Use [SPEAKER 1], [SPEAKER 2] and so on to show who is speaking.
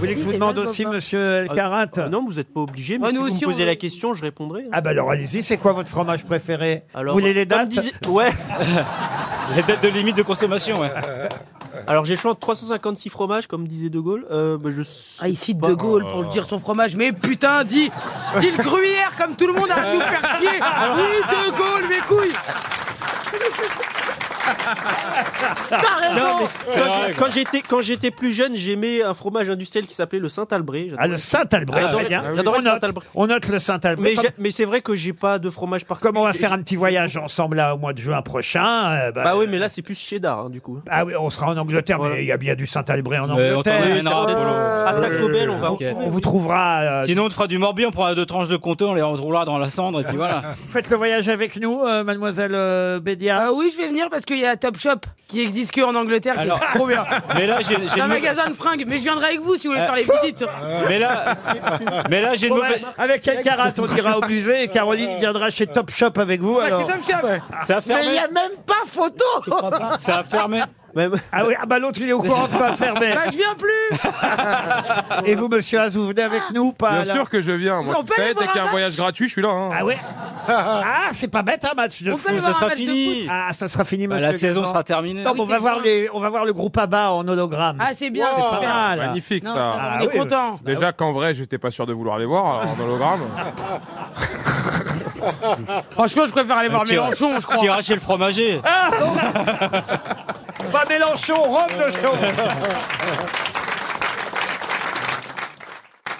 [SPEAKER 1] voulez que je vous demande aussi, monsieur Elkarat
[SPEAKER 2] Ah,
[SPEAKER 1] Non, vous n'êtes pas obligé,
[SPEAKER 2] mais Ouais, si Ah, nous vous me aussi, on- posez la
[SPEAKER 1] question, je répondrai. Ah bah alors allez-y, c'est quoi votre fromage préféré
[SPEAKER 2] Alors,
[SPEAKER 1] Vous voulez les
[SPEAKER 2] comme
[SPEAKER 1] dates
[SPEAKER 2] disait- Ouais.
[SPEAKER 1] Les dates de limite de consommation, ouais.
[SPEAKER 2] Alors j'ai le choix de 356 fromages, comme disait De Gaulle. Euh, bah, je ah, ici
[SPEAKER 3] De Gaulle pour le dire son fromage, mais putain, dis, dis le gruyère comme tout le monde arrête de nous faire pied. Oui, De Gaulle, mes couilles. T'as
[SPEAKER 2] Oh,
[SPEAKER 3] raison.
[SPEAKER 2] quand j'ai- quand j'étais quand j'étais plus jeune, j'aimais un fromage industriel qui s'appelait le Saint-Albret.
[SPEAKER 1] Ah, le Saint-Albret,
[SPEAKER 2] J'adorais-
[SPEAKER 1] très bien.
[SPEAKER 2] J'adorais
[SPEAKER 1] on,
[SPEAKER 2] le
[SPEAKER 1] note,
[SPEAKER 2] Saint-Albret.
[SPEAKER 1] on note le Saint-Albret.
[SPEAKER 2] Mais
[SPEAKER 1] Comme-
[SPEAKER 2] j'ai- mais c'est vrai que j'ai pas de fromage par
[SPEAKER 1] Comme on va faire un petit voyage ensemble là au mois de juin prochain. euh, bah,
[SPEAKER 2] Bah oui, mais là c'est plus cheddar hein, du coup.
[SPEAKER 1] Ah oui, on sera en Angleterre, mais il y a bien du Saint-Albret en
[SPEAKER 4] Euh, on t'en
[SPEAKER 1] Angleterre.
[SPEAKER 4] ramènera
[SPEAKER 1] Oui,
[SPEAKER 4] un polo.
[SPEAKER 3] Ah,
[SPEAKER 1] ça-
[SPEAKER 4] Euh,
[SPEAKER 1] Ah, Taco Bell, on va-
[SPEAKER 4] ok.
[SPEAKER 1] on vous trouvera. euh,
[SPEAKER 4] Ah, Sinon, on te fera du Morbihan, on prendra deux tranches de comté, on les retrouvera dans la cendre, et puis voilà.
[SPEAKER 1] Faites le voyage avec nous, euh, mademoiselle euh, Bédia.
[SPEAKER 3] Ah oui, je vais venir parce qu'il y a Top Shop qui existe que en Angleterre, c'est
[SPEAKER 4] Alors-
[SPEAKER 3] trop bien.
[SPEAKER 4] Mais là, j'ai- j'ai
[SPEAKER 3] C'est
[SPEAKER 4] une
[SPEAKER 3] un
[SPEAKER 4] mau-
[SPEAKER 3] magasin de fringues, mais je viendrai avec vous si vous voulez faire les visites.
[SPEAKER 4] Mais là, mais là, j'ai une
[SPEAKER 1] Bon, bah,
[SPEAKER 4] mauvaise.
[SPEAKER 1] avec Elkarat, on dira au musée et Caroline viendra chez Top Shop avec vous.
[SPEAKER 3] Ah. Bah, c'est
[SPEAKER 1] alors.
[SPEAKER 3] Top Shop.
[SPEAKER 4] Ça a
[SPEAKER 3] Mais il
[SPEAKER 4] fermé.
[SPEAKER 3] n'y a même pas photo. bah,
[SPEAKER 4] Ça a fermé.
[SPEAKER 1] Ah oui, ah bah l'autre il est au courant de pas fermer.
[SPEAKER 3] Bah, je viens plus.
[SPEAKER 1] Et vous, monsieur Az, vous venez avec
[SPEAKER 3] Ah.
[SPEAKER 1] nous ou pas
[SPEAKER 5] Bien
[SPEAKER 1] là
[SPEAKER 5] sûr que je viens. Moi,
[SPEAKER 3] On
[SPEAKER 5] je
[SPEAKER 3] peut
[SPEAKER 5] fais,
[SPEAKER 3] aller
[SPEAKER 5] dès
[SPEAKER 3] voir
[SPEAKER 5] qu'il y a
[SPEAKER 3] un
[SPEAKER 5] un
[SPEAKER 3] match
[SPEAKER 5] voyage gratuit, je suis là. hein.
[SPEAKER 1] Ah ouais Ah, c'est pas bête un match de
[SPEAKER 3] On
[SPEAKER 1] foot.
[SPEAKER 3] peut aller
[SPEAKER 4] Ça
[SPEAKER 3] voir un
[SPEAKER 4] sera
[SPEAKER 3] match de
[SPEAKER 4] fini.
[SPEAKER 3] foot.
[SPEAKER 1] Ah, ça sera fini,
[SPEAKER 4] Bah,
[SPEAKER 1] monsieur.
[SPEAKER 4] la saison
[SPEAKER 1] Guégan.
[SPEAKER 4] sera terminée.
[SPEAKER 1] Non, mais on,
[SPEAKER 3] Oui,
[SPEAKER 1] va
[SPEAKER 3] c'est
[SPEAKER 1] voir
[SPEAKER 3] ça.
[SPEAKER 1] les, on va voir le groupe ABBA en hologramme.
[SPEAKER 3] Ah, c'est bien.
[SPEAKER 1] C'est pas
[SPEAKER 3] super.
[SPEAKER 1] mal.
[SPEAKER 5] Magnifique
[SPEAKER 3] Non,
[SPEAKER 5] ça.
[SPEAKER 3] ça,
[SPEAKER 1] Ah,
[SPEAKER 3] on est
[SPEAKER 1] oui,
[SPEAKER 3] content.
[SPEAKER 5] Déjà qu'en vrai, j'étais pas sûr de vouloir les voir alors, en hologramme.
[SPEAKER 3] Franchement, je préfère aller voir
[SPEAKER 4] tira-
[SPEAKER 3] Mélenchon, je crois.
[SPEAKER 4] Tira chez le fromager.
[SPEAKER 1] Pas Mélenchon, Rome de Chaux